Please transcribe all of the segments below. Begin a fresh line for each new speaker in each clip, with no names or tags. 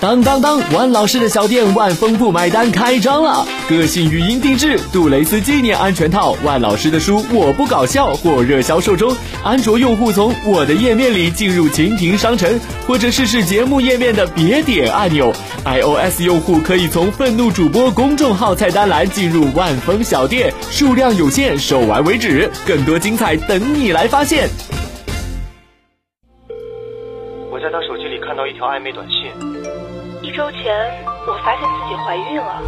当当当！王老师的小店万丰不买单开张了，个性语音定制杜蕾斯纪念安全套，万老师的书《我不搞笑》火热销售中。安卓用户从我的页面里进入蜻蜓商城，或者试试节目页面的别点按钮。iOS 用户可以从愤怒主播公众号菜单栏进入万丰小店，数量有限，手玩为止。更多精彩等你来发现。
我在她手机里看到一条暧昧短信，
一周前，我发现自己怀孕了，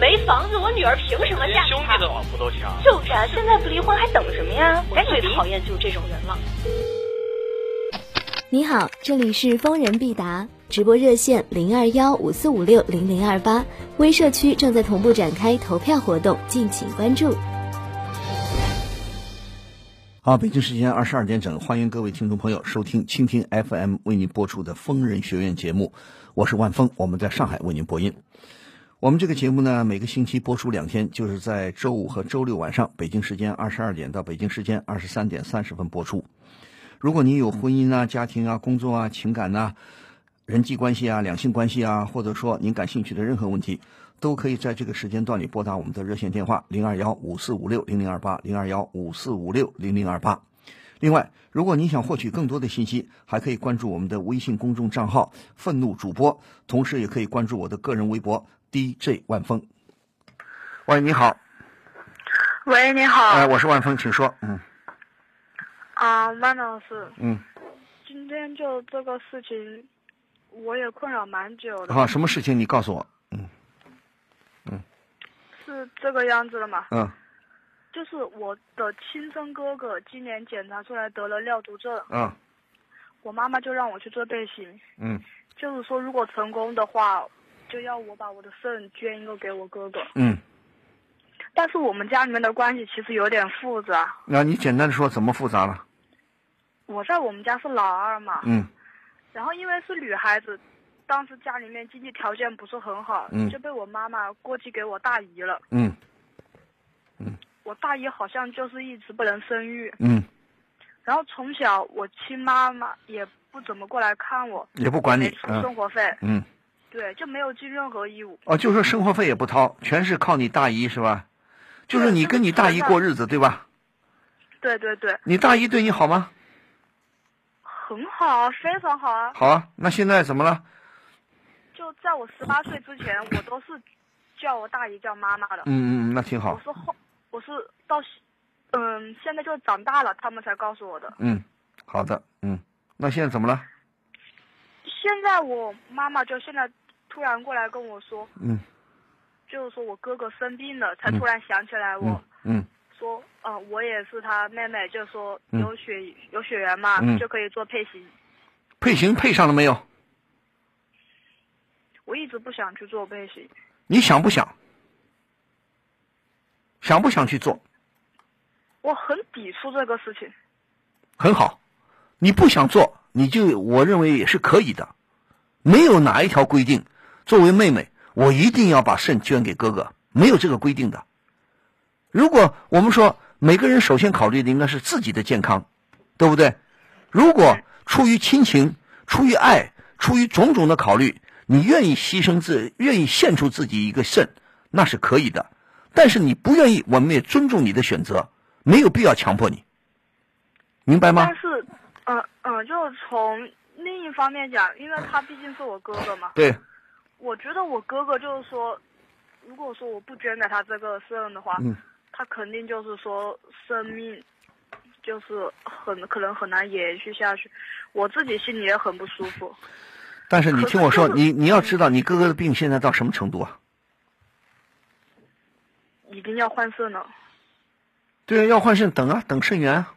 没房子，我女儿凭什么
连
嫁给
哎兄
他
弟的？老婆都抢。
就是啊，现在不离婚还等什么呀？
我
赶
最
紧离！
讨
厌就是这种人了。
你好，这里是疯人必答直播热线零二幺五四五六零零二八，微社区正在同步展开投票活动，敬请关注。
好，北京时间二十二点整，欢迎各位听众朋友收听蜻蜓 FM 为您播出的《疯人学院》节目，我是万峰，我们在上海为您播音。我们这个节目呢，每个星期播出两天，就是在周五和周六晚上，北京时间二十二点到北京时间二十三点三十分播出。如果您有婚姻啊、家庭啊、工作啊、情感呐、人际关系啊、两性关系啊，或者说您感兴趣的任何问题，都可以在这个时间段里拨打我们的热线电话零二幺五四五六零零二八零二幺五四五六零零二八。另外，如果您想获取更多的信息，还可以关注我们的微信公众账号“愤怒主播”，同时也可以关注我的个人微博 “DJ 万峰”。喂，你好，
喂，你好，
哎、我是万峰，请说。嗯
啊，万老师，
嗯，
今天就这个事情，我也困扰蛮久的，
好，啊什么事情你告诉我？
是这个样子的嘛？
嗯
就是我的亲生哥哥今年检查出来得了尿毒症，
嗯
我妈妈就让我去做变形，
嗯
就是说如果成功的话，就要我把我的肾捐一个给我哥哥。
嗯，
但是我们家里面的关系其实有点复杂，
那你简单的说怎么复杂了？
我在我们家是老二嘛，
嗯
然后因为是女孩子，当时家里面经济条件不是很好，
嗯
就被我妈妈过继给我大姨了。
嗯
我大姨好像就是一直不能生育，
嗯，
然后从小我亲妈妈也不怎么过来看我，
也不管
没
你
出。生
嗯
活费，
嗯，
对，就没有尽任何义务。
哦，就是说生活费也不掏，全是靠你大姨是吧？就是
对
你
就是
跟你大姨
存
过
在
日子对吧？
对对对，
你大姨对你好吗？
很好啊，非常好啊！
好啊，那现在怎么了？
就在我十八岁之前，我都是叫我大姨叫妈妈的。
嗯嗯，嗯，那挺
我
好。
是后，我是到现，嗯，现在就长大了，他们才告诉我的。
嗯，好的，嗯，那现在怎么了？
现在我妈妈就现在突然过来跟我说，
嗯
就是说我哥哥生病了，才
嗯
突然想起来我。
嗯嗯
说，嗯、我也是他妹妹，就说
嗯
有血、有血缘嘛，
嗯
就可以做配型。
配型配上了没有？
我一直不想去做配型，
你想不想？想不想去做？
我很抵触这个事情。
很好，你不想做，你就我认为也是可以的。没有哪一条规定，作为妹妹，我一定要把肾捐给哥哥，没有这个规定的。如果我们说每个人首先考虑的应该是自己的健康，对不对？如果出于亲情、出于爱、出于种种的考虑，你愿意牺牲自，愿意献出自己一个肾，那是可以的。但是你不愿意，我们也尊重你的选择，没有必要强迫你，明白吗？
但是，嗯、嗯、就是从另一方面讲，因为他毕竟是我哥哥嘛，
对，
我觉得我哥哥就是说，如果说我不捐给他这个肾的话，
嗯
他肯定就是说生命。就是很可能很难延续下去，我自己心里也很不舒服。
但是你听我说，
可是
你你要知道，你哥哥的病现在到什么程度啊？
已经要换肾了，
对啊，要换肾，等啊，等肾源啊。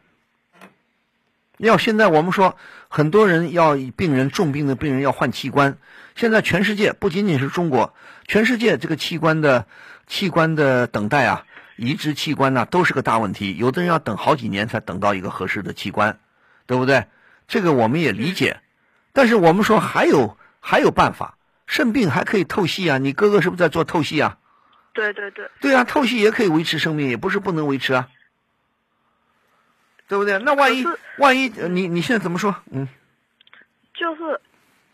要现在我们说，很多人要病人重病的病人要换器官，现在全世界不仅仅是中国，全世界这个器官的器官的等待啊，移植器官呐、都是个大问题，有的人要等好几年才等到一个合适的器官，对不对？这个我们也理解，但是我们说还有还有办法，肾病还可以透析啊，你哥哥是不是在做透析啊？
对对对。
对啊，透析也可以维持生命，也不是不能维持啊，对不对？那万一
可是
万一呃你你现在怎么说？嗯
就是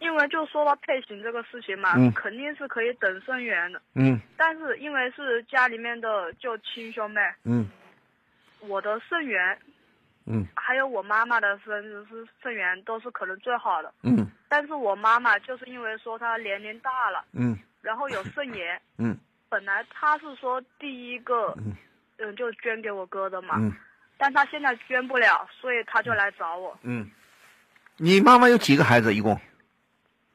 因为就说到配型这个事情嘛，
嗯
肯定是可以等生源的，
嗯
但是因为是家里面的就亲兄妹，
嗯
我的肾源
嗯
还有我妈妈的生日是肾源都是可能最好的，
嗯
但是我妈妈就是因为说她年龄大了，
嗯
然后有 肾炎，
嗯
本来她是说第一个，
嗯
嗯，就捐给我哥的嘛，
嗯
但她现在捐不了，所以她就来找我，
嗯，你妈妈有几个孩子？一共？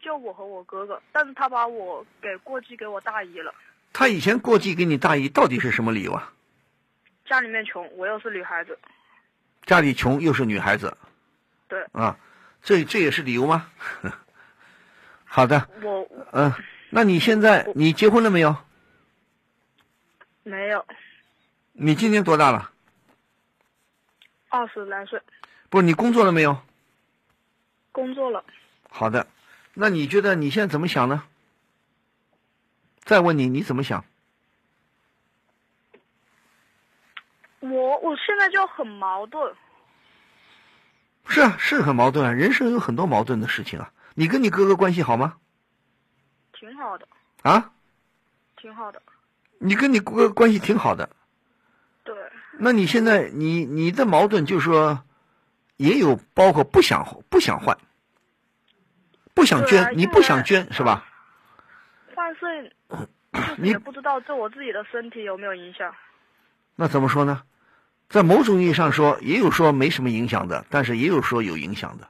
就我和我哥哥，但是她把我给过继给我大姨了，
她以前过继给你大姨，到底是什么理由啊？
家里面穷，我又是女孩子，
家里穷又是女孩子，
对
啊，这这也是理由吗？ 好的，
我
嗯、那你现在你结婚了没有？
没有
你今年多大了？
二十来岁，
不是你工作了没有？
工作了，
好的，那你觉得你现在怎么想呢？再问你，你怎么想？
我我现在就很矛盾，
是啊，是很矛盾啊，人生有很多矛盾的事情啊。你跟你哥哥关系好吗？
挺好的，
啊，
挺好的，
你跟你哥哥关系挺好的。
对，
那你现在你你的矛盾就是说，也有包括不想不想换，不想
对啊
捐，你不想
因为
捐是吧？
换肾 就是
嗯你
也不知道对我自己的身体有没有影响。
那怎么说呢？在某种意义上说，也有说没什么影响的，但是也有说有影响的，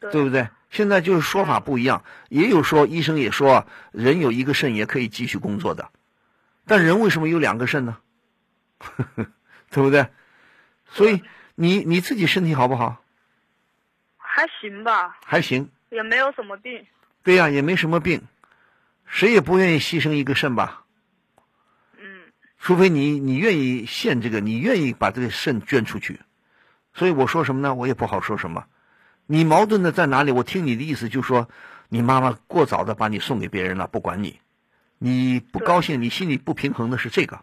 对
对不对？现在就是说法不一样，也有说医生也说人有一个肾也可以继续工作的，但人为什么有两个肾呢？ 对不对？所以你你自己身体好不好？
还行吧，
还行，
也没有什么病。
对呀、也没什么病，谁也不愿意牺牲一个肾吧？
嗯，
除非你你愿意献这个，你愿意把这个肾捐出去。所以我说什么呢？我也不好说什么。你矛盾的在哪里？我听你的意思就是说，你妈妈过早的把你送给别人了，不管你，你不高兴，你心里不平衡的是这个。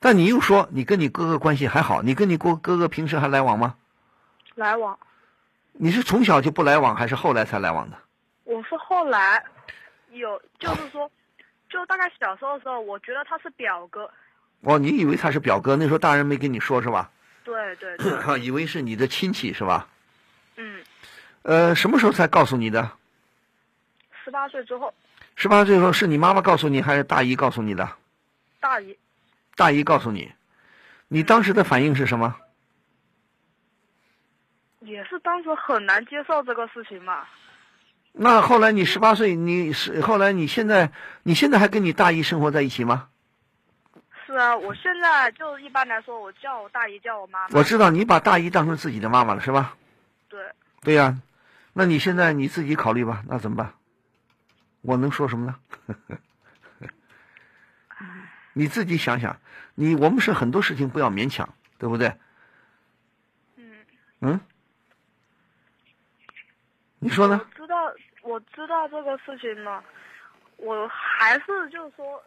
但你又说你跟你哥哥关系还好，你跟你哥哥哥平时还来往吗？
来往，
你是从小就不来往，还是后来才来往的？
我是后来有，就是说，就大概小时候的时候，我觉得他是表哥。
哦，你以为他是表哥，那时候大人没跟你说是吧？
对 对对，
啊，以为是你的亲戚是吧？
嗯，
呃，什么时候才告诉你的？
十八岁之后，
十八岁的时候是你妈妈告诉你，还是大姨告诉你的？
大姨
大姨告诉你，你当时的反应是什么？
也是当时很难接受这个事情嘛。
那后来你十八岁，你是后来你现在你现在还跟你大姨生活在一起吗？
是啊，我现在就一般来说，我叫我大姨，叫我妈妈。
我知道你把大姨当成自己的妈妈了，是吧？
对，
对呀、那你现在你自己考虑吧，那怎么办？我能说什么呢？ 你自己想想，你我们是很多事情不要勉强，对不对？
嗯，
嗯，你说呢
我？知道，我知道这个事情嘛，我还是就是说，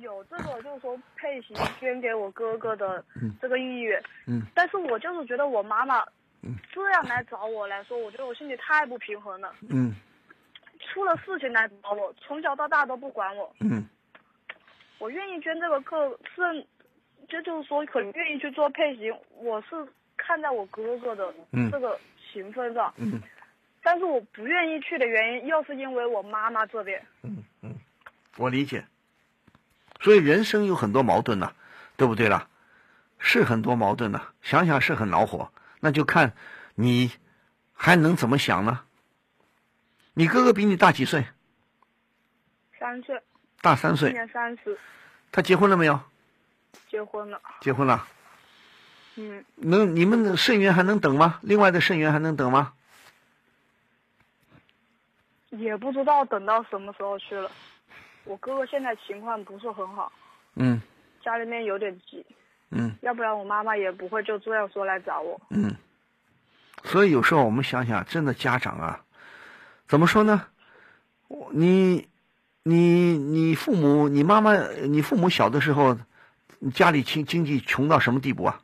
有这个就是说配型捐给我哥哥的这个意愿。
嗯
但是我就是觉得我妈妈这样来找我来说，我觉得我心里太不平衡了。
嗯
出了事情来找我，从小到大都不管我。
嗯
我愿意捐这个个肾，这就是说很愿意去做配型。我是看在我哥哥的
嗯
这个情分上，
嗯
但是我不愿意去的原因，又是因为我妈妈这边。
我理解。所以人生有很多矛盾呐、对不对啦？是很多矛盾呐、想想是很恼火。那就看你还能怎么想呢？你哥哥比你大几岁？
三岁，
大三
今
岁。
年三十，
他结婚了没有？
结婚了。
结婚了。
嗯，
能你们的肾源还能等吗？另外的肾源还能等吗？
也不知道等到什么时候去了。我哥哥现在情况不是很好，
嗯
家里面有点急，
嗯。
要不然我妈妈也不会就这样说来找我。
嗯，所以有时候我们想想，真的家长啊，怎么说呢？我你、你、你父母、你妈妈、你父母小的时候，家里经经济穷到什么地步啊？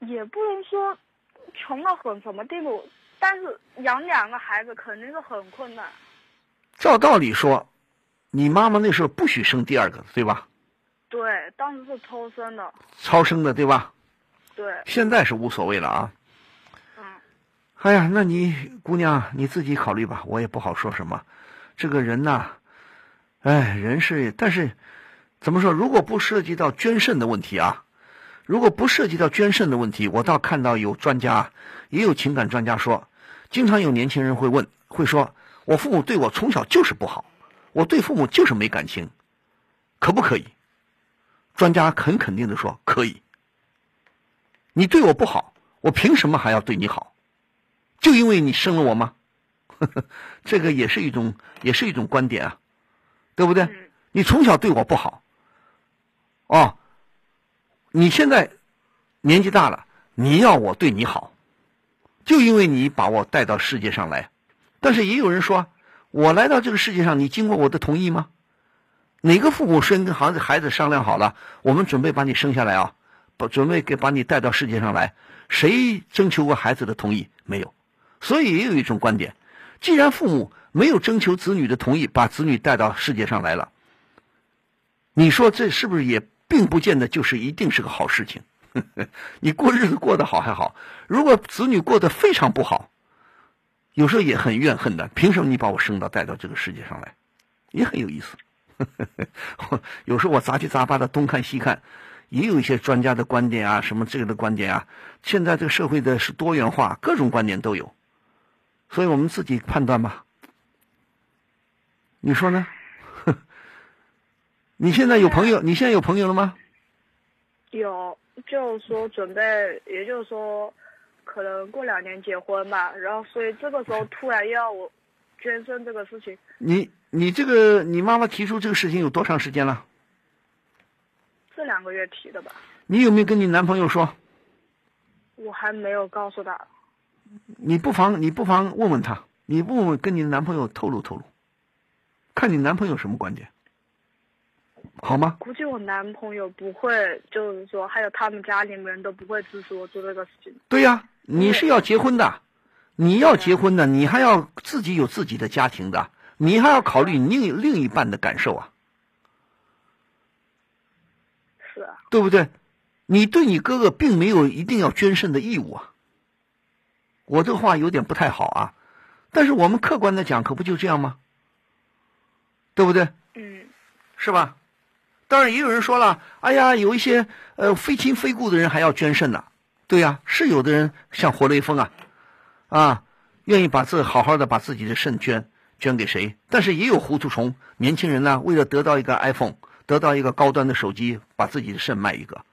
也不能说穷到很什么地步，但是养两个孩子肯定是很困难。
照道理说，你妈妈那时候不许生第二个，对吧？
对，当时是抽身的，
超生的，对吧？
对，
现在是无所谓了啊。
嗯，
哎呀，那你姑娘你自己考虑吧，我也不好说什么。这个人呐、哎，人是，但是怎么说？如果不涉及到捐肾的问题啊，如果不涉及到捐肾的问题，我倒看到有专家，也有情感专家说，经常有年轻人会问，会说，我父母对我从小就是不好，我对父母就是没感情，可不可以？专家很肯定的说，可以。你对我不好，我凭什么还要对你好？就因为你生了我吗？ 这个也是一种，也是一种观点啊，对不对？
嗯
你从小对我不好，哦，你现在年纪大了，你要我对你好，就因为你把我带到世界上来。但是也有人说，我来到这个世界上，你经过我的同意吗？哪个父母先跟孩子孩子商量好了，我们准备把你生下来啊，把准备给把你带到世界上来，谁征求过孩子的同意？没有。所以也有一种观点，既然父母没有征求子女的同意，把子女带到世界上来了，你说这是不是也并不见得就是一定是个好事情？你过日子过得好还好，如果子女过得非常不好，有时候也很怨恨的。凭什么你把我生到带到这个世界上来？也很有意思。 我有时候我杂七杂八的东看西看，也有一些专家的观点啊，什么这个的观点啊。现在这个社会的是多元化，各种观点都有，所以我们自己判断吧。你说呢？ 你现在有朋友？你现在有朋友了吗？
有就是说准备，也就是说，可能过两年结婚吧。然后所以这个时候突然要我捐肾这个事情，
你你这个你妈妈提出这个事情有多长时间了？
这两个月提的吧，
你有没有跟你男朋友说？
我还没有告诉他。
你不妨你不妨问问他，你问问跟你男朋友透露透露，看你男朋友什么观点，好吗？
估计我男朋友不会，就是说，还有他们家里面人都不会支持我做这个事情。
对呀、你是要结婚的，你要结婚的，你还要自己有自己的家庭的，你还要考虑另另一半的感受啊，
是啊，
对不对？你对你哥哥并没有一定要捐肾的义务啊。我这话有点不太好啊，但是我们客观的讲，可不就这样吗？对不对？
嗯，
是吧？当然，也有人说了，哎呀，有一些呃非亲非故的人还要捐肾呢、对呀、是有的人像活雷锋啊，啊，愿意把自好好的把自己的肾捐捐给谁？但是也有糊涂虫，年轻人呢、为了得到一个 iPhone，得到一个高端的手机，把自己的肾卖一个，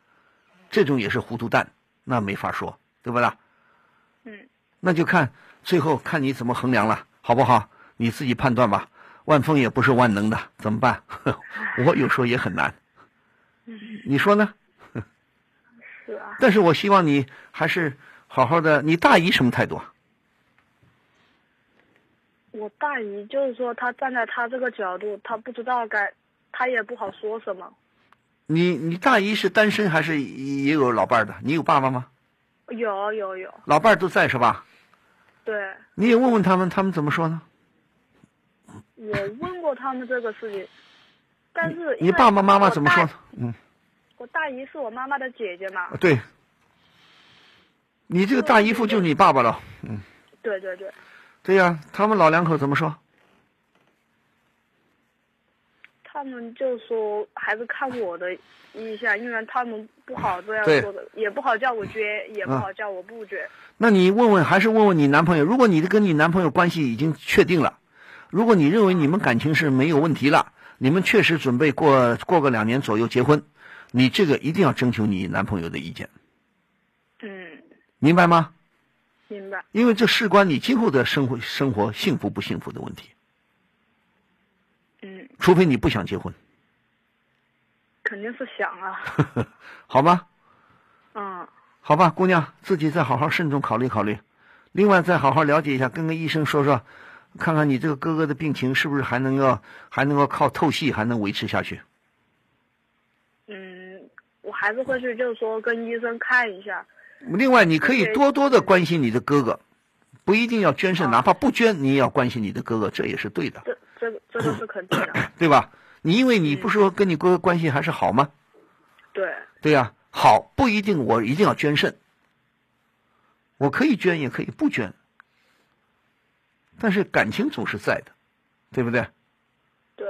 这种也是糊涂蛋，那没法说，对不啦？
嗯，
那就看最后看你怎么衡量了，好不好？你自己判断吧。万峰也不是万能的，怎么办？ 我有时候也很难，你说呢？
是啊，
但是我希望你还是好好的。你大姨什么态度啊？
我大姨就是说，她站在她这个角度，她不知道该，她也不好说什么。
你你大姨是单身还是也有老伴儿的？你有爸爸吗？
有有有，
老伴儿都在是吧？
对
你也问问他们，他们怎么说呢？
我问过他们这个事情，但是因
你
为
爸爸妈妈怎么说
我
呢
大？
嗯，
我大姨是我妈妈的姐 姐嘛，
对，你这个大姨夫就是你爸爸了。
对对对，
对呀、他们老两口怎么说？
他们就说还是看我的意向，因为他们不好这样
对
说的，也不好叫我捐，也不好叫我不捐。
那你问问，还是问问你男朋友。如果你的跟你男朋友关系已经确定了，如果你认为你们感情是没有问题了，你们确实准备过过个两年左右结婚，你这个一定要征求你男朋友的意见，
嗯，
明白吗？
明白。
因为这事关你今后的生活生活幸福不幸福的问题。
嗯，
除非你不想结婚，
肯定是想啊。
好吗？
嗯，
好吧，姑娘，自己再好好慎重考虑考虑，另外再好好了解一下，跟个医生说说，看看你这个哥哥的病情是不是还能够还能够靠透析还能维持下去。
嗯，我还是会去，就是说跟医生看一下，
另外，你可以多多的关心你的哥哥，不一定要捐肾，哪怕不捐，你也要关心你的哥哥，这也是对的，
这这个这个是肯定的，
对吧？你因为你不是说跟你哥哥关系还是好吗？
对，
对呀、好不一定我一定要捐肾，我可以捐也可以不捐，但是感情总是在的，对不对？
对，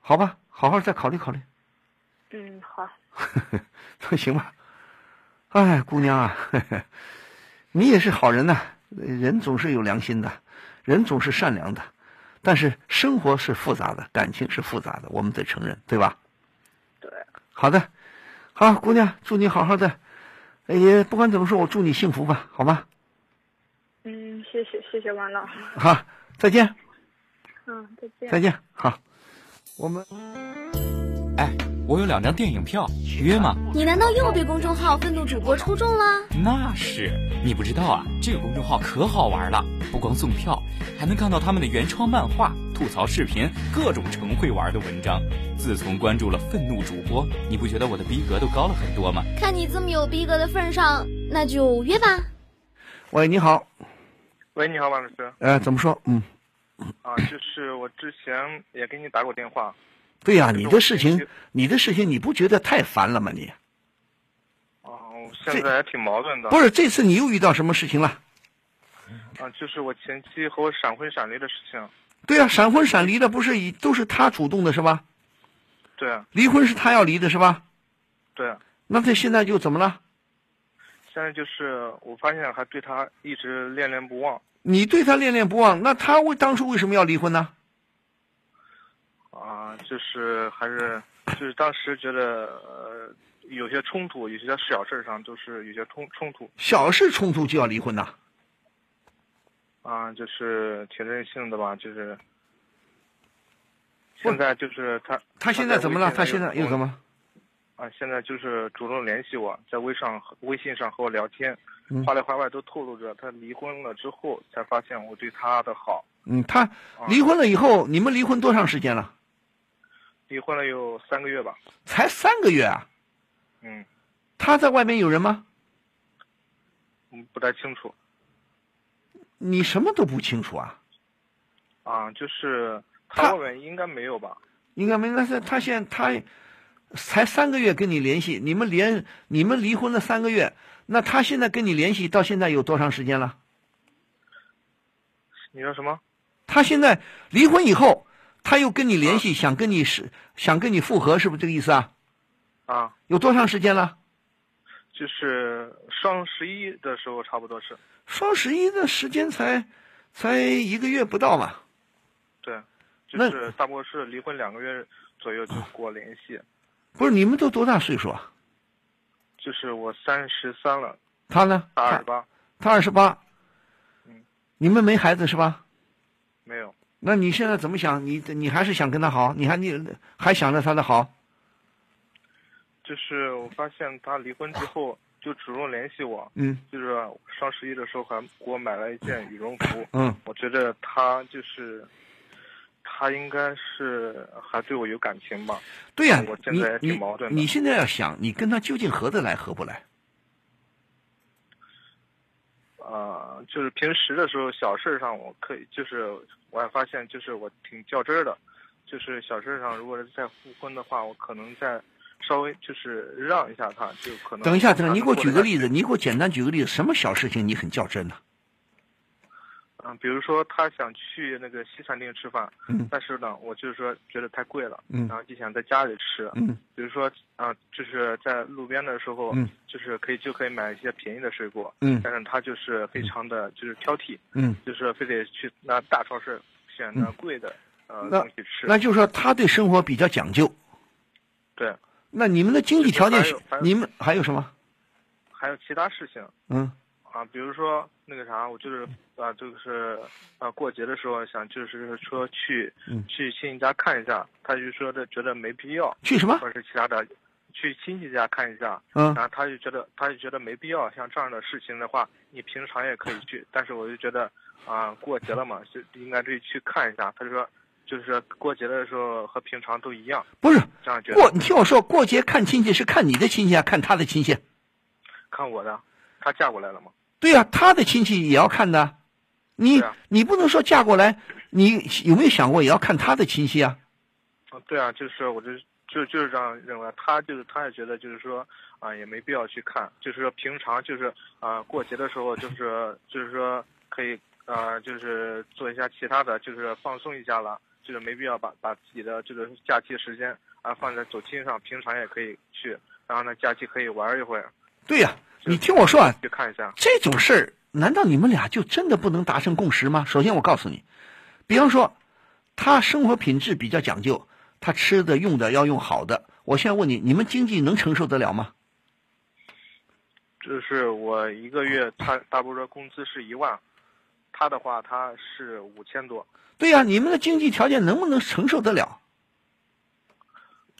好吧，好好再考虑考虑，
嗯，好，
那 行吧。哎，姑娘啊， 呵呵你也是好人呐、人总是有良心的，人总是善良的，但是生活是复杂的，感情是复杂的，我们得承认，对吧？
对，
好的，好，姑娘，祝你好好的。哎也不管怎么说，我祝你幸福吧，好吗？
嗯，谢谢谢谢王老师，
好，再见，
嗯，再见
再。见，好。我们
哎，我有两张电影票，约吗？
你难道又被公众号愤怒主播抽中了？
那是，你不知道啊，这个公众号可好玩了，不光送票，还能看到他们的原创漫画、吐槽视频、各种成会玩的文章。自从关注了愤怒主播，你不觉得我的逼格都高了很多吗？
看你这么有逼格的份上，那就约吧。
喂，你好，
喂，你好，王老师
呃，怎么说？嗯，
啊，就是我之前也给你打过电话，
对呀、你的事
这
情
种，
你的事情，你不觉得太烦了吗你？
啊，我现在还挺矛盾的，
不是，这次你又遇到什么事情了？
啊，就是我前妻和我闪婚闪离的事情，
对呀、啊闪婚闪离的不是以都是他主动的是吧？
对
离婚是他要离的是吧？
对，
那他现在又怎么了？
现在就是我发现还对她一直恋恋不忘，
你对他恋恋不忘，那他为当初为什么要离婚呢？
啊，就是还是就是当时觉得呃有些冲突，有些小事上就是有些冲冲突，
小事冲突就要离婚呐、
啊，就是挺任性的吧，就是。现在就是她，
他现在怎么了？他现在又怎
么？
么？
啊，现在就是主动联系我，在微上、微信上和我聊天，话里话外都透露着他离婚了之后才发现我对他的好。
嗯，他离婚了以后，你们离婚多长时间了？
离婚了有三个月吧，
才三个月啊？
嗯，
他在外面有人吗？
嗯不太清楚
你什么都不清楚啊？
啊，就是
他
他外面应该没有吧？
应该没。那是他现在他才三个月跟你联系，你们联你们离婚了三个月，那他现在跟你联系到现在有多长时间了？
你说什么？
他现在离婚以后，他又跟你联系，想跟你是想跟你复合，是不是这个意思啊？
啊，
有多长时间了？
就是双十一的时候差不多是，
双十一的时间才才一个月不到嘛。
对，就
那
是大博士离婚两个月左右就给我联系，
不是你们都多大岁数啊？
就是我三十三了，
他呢？
他二
他
十八，
他二十八
嗯。
你们没孩子是吧？
没有，
那你现在怎么想？你你还是想跟他好？你还你还想着他的好？
就是我发现他离婚之后就主动联系我，
嗯
就是双十一的时候还给我买了一件羽绒 服。
嗯。
我觉得他就是，他应该是还对我有感情吧。
对呀、
我
你
现在也挺矛盾的
你。你现在要想，你跟他究竟合得来合不来？
啊、就是平时的时候小事上我可以，就是我还发现就是我挺较真儿的，就是小事上如果是再复婚的话，我可能再稍微就是让一下他，就可能。
等一下，等一下你给我举个例子，你给我简单举个例子，什么小事情你很较真呢、
嗯，比如说他想去那个西餐厅吃饭，
嗯
但是呢，我就是说觉得太贵了，
嗯
然后就想在家里吃。
嗯，
比如说啊、就是在路边的时候，
嗯
就是可以就可以买一些便宜的水果，
嗯
但是他就是非常的就是挑剔，
嗯，
就是非得去那大超市选那贵的、
那
呃东西吃。
那就是说他对生活比较讲究。
对，
那你们的经济条件
还
是
有还，有
你们还有什么？
还有其他事情
嗯
啊，比如说那个啥，我就是啊，就是啊，过节的时候想就是说去、
嗯
去亲戚家看一下，他就说的觉得没必要。
去什么？
或者是啊其他的，去亲戚家看一下，
嗯
然后他就觉得他就觉得没必要，像这样的事情的话，你平常也可以去，但是我就觉得啊、过节了嘛，就应该去去看一下。他就说，就是说过节的时候和平常都一样，
不是
这样觉得
过，你听我说，过节看亲戚是看你的亲戚啊，看他的亲戚。
看我的她嫁过来了嘛。
对呀、他的亲戚也要看的，你、
对啊
你不能说嫁过来，你有没有想过也要看他的亲戚啊？
啊，对啊，就是我就是就就是这样认为，他就是他也觉得就是说啊、也没必要去看，就是说平常就是啊、过节的时候就是就是说可以啊、就是做一下其他的，就是放松一下了，就是没必要把把自己的这个假期时间啊、放在走亲上，平常也可以去，然后呢假期可以玩一会儿，
对呀、你听我说啊，
去看一下。
这种事儿，难道你们俩就真的不能达成共识吗？首先，我告诉你，比方说，他生活品质比较讲究，他吃的用的要用好的。我现在问你，你们经济能承受得了吗？
就是我一个月他大伯说工资是一万，他的话他是五千多，
对呀、你们的经济条件能不能承受得了？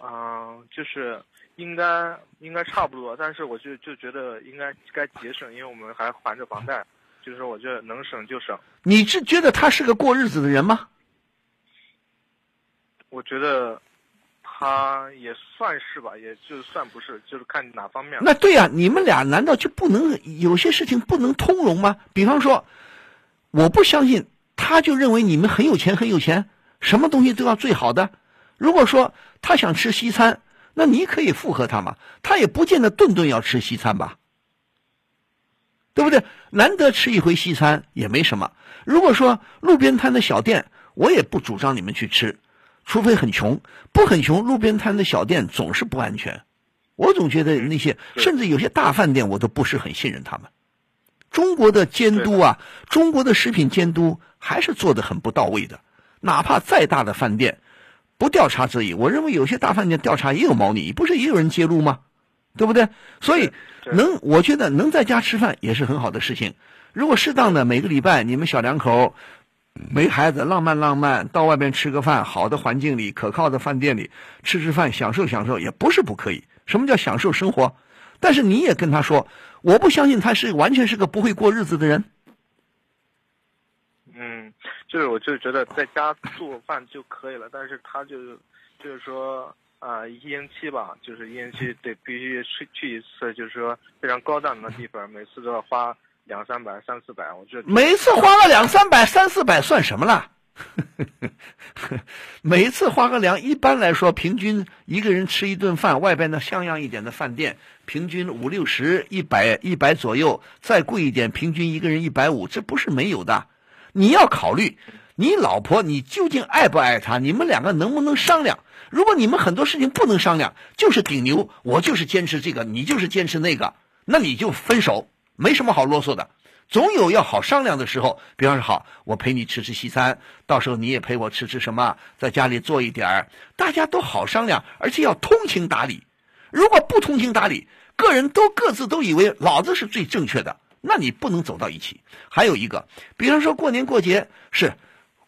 嗯、就是应该应该差不多，但是我就就觉得应该该节省，因为我们还还着房贷，就是我觉得能省就省。
你是觉得他是个过日子的人吗？
我觉得他也算是吧，也就算不是，就是看哪方面。
那对呀、你们俩难道就不能有些事情不能通融吗？比方说，我不相信他就认为你们很有钱很有钱，什么东西都要最好的。如果说他想吃西餐，那你可以附和他嘛，他也不见得顿顿要吃西餐吧，对不对？难得吃一回西餐也没什么。如果说路边摊的小店，我也不主张你们去吃，除非很穷，不很穷，路边摊的小店总是不安全。我总觉得那些，
嗯对
甚至有些大饭店，我都不是很信任他们。中国的监督啊，中国的食品监督还是做得很不到位的。哪怕再大的饭店，不调查之意，我认为有些大饭店调查也有猫腻，不是也有人揭露吗？对不对？所以
对
能，我觉得能在家吃饭也是很好的事情。如果适当的，每个礼拜你们小两口没孩子，浪漫浪漫，到外边吃个饭，好的环境里，可靠的饭店里吃吃饭，享受享受，也不是不可以。什么叫享受生活？但是你也跟他说，我不相信他是完全是个不会过日子的人。
嗯，就是我就觉得在家做饭就可以了，但是他就就是说啊、一星期吧，就是一星期得必须去去一次，就是说非常高档的地方，每次都要花两三百、三四百，我觉得
每次花个两三百、三四百算什么啦？ 每一次花个两，一般来说，平均一个人吃一顿饭，外边的像样一点的饭店，平均五六十、一百、一百左右，再贵一点，平均一个人一百五，这不是没有的。你要考虑，你老婆你究竟爱不爱她，你们两个能不能商量？如果你们很多事情不能商量，就是顶牛，我就是坚持这个，你就是坚持那个，那你就分手，没什么好啰嗦的。总有要好商量的时候，比方说好，我陪你吃吃西餐，到时候你也陪我吃吃什么，在家里做一点儿，大家都好商量，而且要通情达理。如果不通情达理，个人都各自都以为老子是最正确的，那你不能走到一起。还有一个，比方说过年过节是，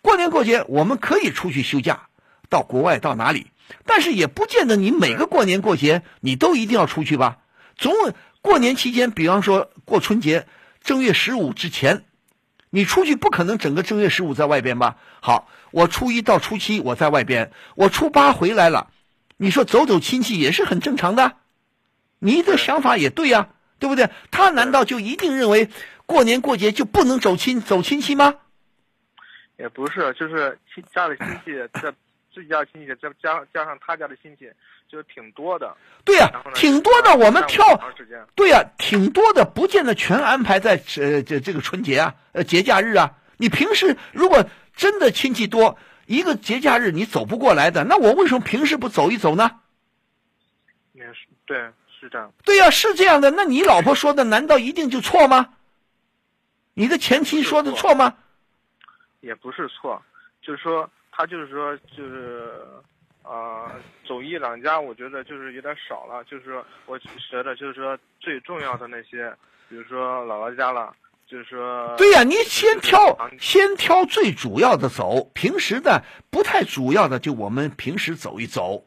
过年过节我们可以出去休假，到国外到哪里，但是也不见得你每个过年过节你都一定要出去吧。总有过年期间，比方说过春节，正月十五之前，你出去不可能整个正月十五在外边吧？好，我初一到初七我在外边，我初八回来了，你说走走亲戚也是很正常的。你的想法也对呀、对不对？他难道就一定认为过年过节就不能走亲走亲戚吗？
也不是，就是亲家里亲 戚在自己家亲戚再加加上他家的亲戚，就挺多的。
对呀、
然后呢，
挺多的。我们
耽误
挑
很长时间。
对呀、挺多的，不见得全安排在这这这个春节啊，呃节假日啊。你平时如果真的亲戚多，一个节假日你走不过来的，那我为什么平时不走一走呢？
也是对，是这样。
对呀、是这样的。那你老婆说的难道一定就错吗？你的前妻说的错吗？
也不是错，就是说他就是说就是，呃，走一两家，我觉得就是有点少了。就是说我觉得就是说最重要的那些，比如说姥姥家了，就是呃说
对呀、你先挑
嗯
先挑最主要的走，平时的不太主要的就我们平时走一走，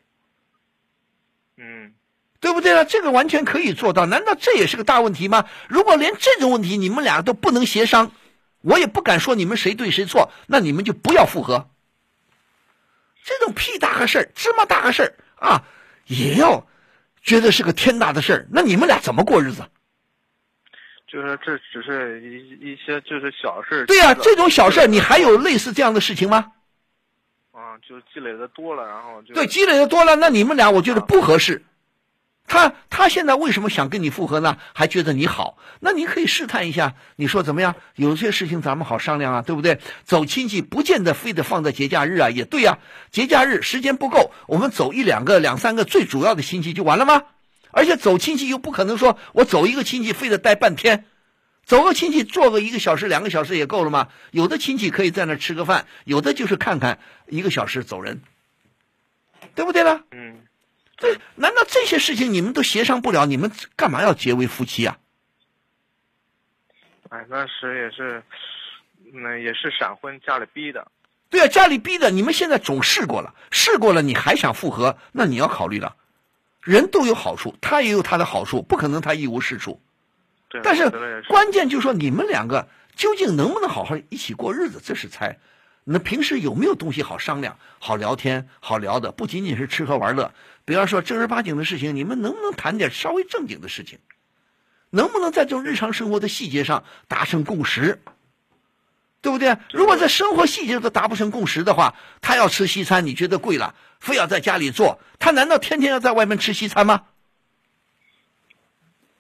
嗯，
对不对啊？这个完全可以做到，难道这也是个大问题吗？如果连这种问题你们俩都不能协商，我也不敢说你们谁对谁错，那你们就不要复合。这种屁大个事儿，芝麻大个事儿啊，也要觉得是个天大的事儿，那你们俩怎么过日子？
就是这只是一一些就是小事。
对呀、
呀、
这种小事儿你还有类似这样的事情吗？
啊，就是积累的多了，然后就
对，积累的多了，那你们俩我觉得不合适。他他现在为什么想跟你复合呢？还觉得你好，那你可以试探一下，你说怎么样？有些事情咱们好商量啊，对不对？走亲戚不见得非得放在节假日啊，也对呀、节假日时间不够，我们走一两个、两三个最主要的亲戚就完了吗？而且走亲戚又不可能说我走一个亲戚非得待半天，走个亲戚坐个一个小时、两个小时也够了吗？有的亲戚可以在那儿吃个饭，有的就是看看一个小时走人，对不对呢？
嗯，
这 难道这些事情你们都协商不了？你们干嘛要结为夫妻啊？
哎，当时也是，那、也是闪婚，家里逼的。
对啊，家里逼的，你们现在总试过了，试过了，你还想复合，那你要考虑了。人都有好处，他也有他的好处，不可能他一无是处。
对，
但
我
是
觉得也是
关键就是说，你们两个究竟能不能好好一起过日子，这是才。那平时有没有东西好商量、好聊天、好聊的？不仅仅是吃喝玩乐，比方说正儿八经的事情，你们能不能谈点稍微正经的事情？能不能在这种日常生活的细节上达成共识？对不对？如果在生活细节都达不成共识的话，他要吃西餐，你觉得贵了，非要在家里做，他难道天天要在外面吃西餐吗？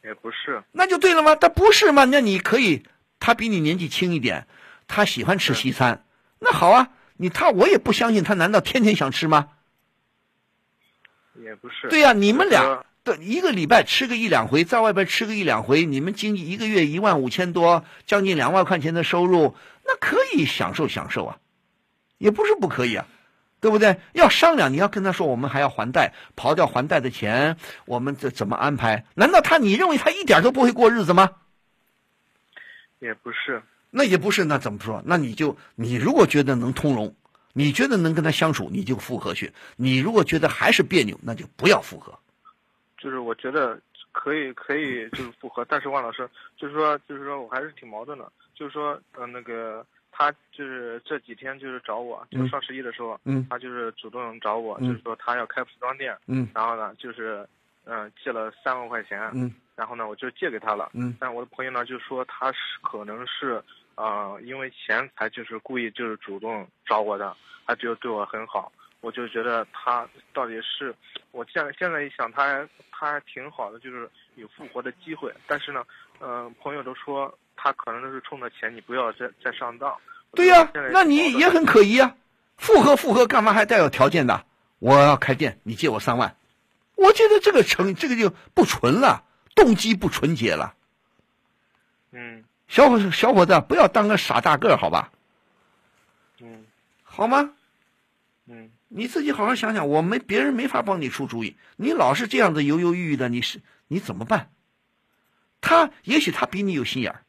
也不是，
那就对了吗？他不是嘛？那你可以，他比你年纪轻一点，他喜欢吃西餐，那好啊。你他我也不相信他，难道天天想吃吗？
也不是。啊
对呀、你们
我觉
俩
得
对一个礼拜吃个一两回，在外边吃个一两回，你们经济一个月一万五千多，将近两万块钱的收入，那可以享受享受啊，也不是不可以啊，对不对？要商量，你要跟他说，我们还要还贷，刨掉还贷的钱，我们这怎么安排？难道他你认为他一点都不会过日子吗？
也不是，
那也不是，那怎么说？那你就你如果觉得能通融，你觉得能跟他相处，你就复合去；你如果觉得还是别扭，那就不要复合。
就是我觉得可以可以就是复合，但是万老师就是说就是说我还是挺矛盾的，就是说呃那个他就是这几天就是找我，就
嗯
是双十一的时候，
嗯
他就是主动找我，
嗯
就是说他要开服装店，
嗯
然后呢就是嗯、呃借了三万块钱，
嗯
然后呢我就借给他了，
嗯
但我的朋友呢就说他是可能是呃因为钱才就是故意就是主动找我的，他觉得对我很好，我就觉得他到底是我现在现在一想他还他还挺好的，就是有复活的机会，但是呢，呃，朋友都说他可能都是冲着钱，你不要再再上当。
对呀、
我现在
那你也很可疑啊。复合复合干嘛还带有条件的？我要开店，你借我三万，我觉得这个成这个就不纯了，动机不纯洁了。
嗯
小伙小伙子，不要当个傻大个儿，好吧？
嗯
好吗？
嗯，
你自己好好想想，我没别人没法帮你出主意，你老是这样子犹犹豫豫的，你是你怎么办？他也许他比你有心眼儿，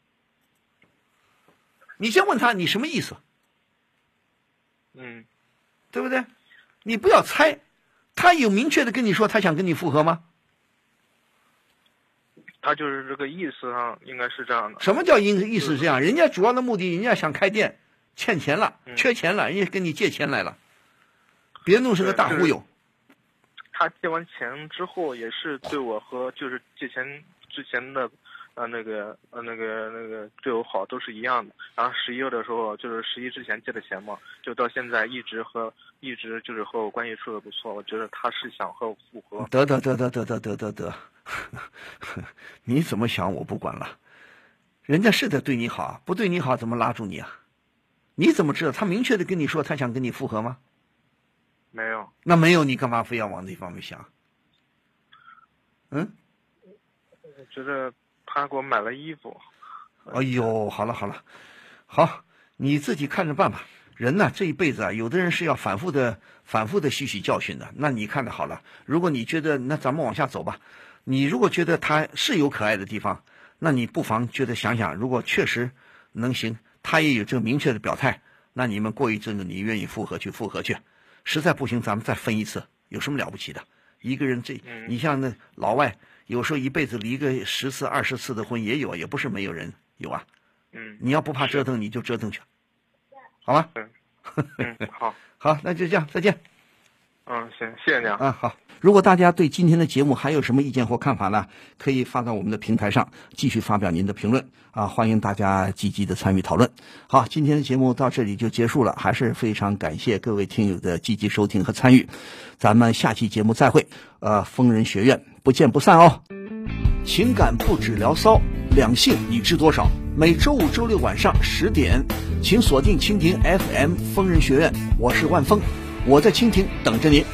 你先问他你什么意思，
嗯
对不对？你不要猜，他有明确的跟你说他想跟你复合吗？
他就是这个意思上应该是这样的。
什么叫意意思是这样？人家主要的目的，人家想开店，欠钱了，
嗯
缺钱了，人家跟你借钱来了，别弄成个
对
大
就是
忽悠。
他借完钱之后，也是对我和就是借钱之前的，呃，那个呃，那个那个对我好都是一样的。然后十一的时候，就是十一之前借的钱嘛，就到现在一直和一直就是和我关系处的不错。我觉得他是想和我复合，
得得得得得得得得 得，你怎么想我不管了，人家是在对你好啊，不对你好怎么拉住你啊？你怎么知道？他明确的跟你说他想跟你复合吗？
没有，
那没有，你干嘛非要往那方面想？嗯，
我觉得他给我买了衣服，
哎呦，好了好了，好，你自己看着办吧。人呐，这一辈子啊，有的人是要反复的、反复的吸取教训的。那你看着好了，如果你觉得那咱们往下走吧，你如果觉得他是有可爱的地方，那你不妨觉得想想，如果确实能行，他也有这个明确的表态，那你们过一阵子你愿意复合去复合去，实在不行咱们再分一次，有什么了不起的？一个人这，
嗯
你像那老外，有时候一辈子离个十次、二十次的婚也有啊，也不是没有人有啊。
嗯
你要不怕折腾，你就折腾去，好吧？
嗯，好。
好，那就这样，再见。
嗯，行，谢谢你啊。
啊，好。如果大家对今天的节目还有什么意见或看法呢，可以发到我们的平台上，继续发表您的评论啊，欢迎大家积极的参与讨论。好，今天的节目到这里就结束了，还是非常感谢各位听友的积极收听和参与，咱们下期节目再会。呃，疯人学院不见不散哦。情感不止聊骚，两性你知多少？每周五、周六晚上十点，请锁定蜻蜓 FM 疯人学院，我是万峰，我在蜻蜓等着您。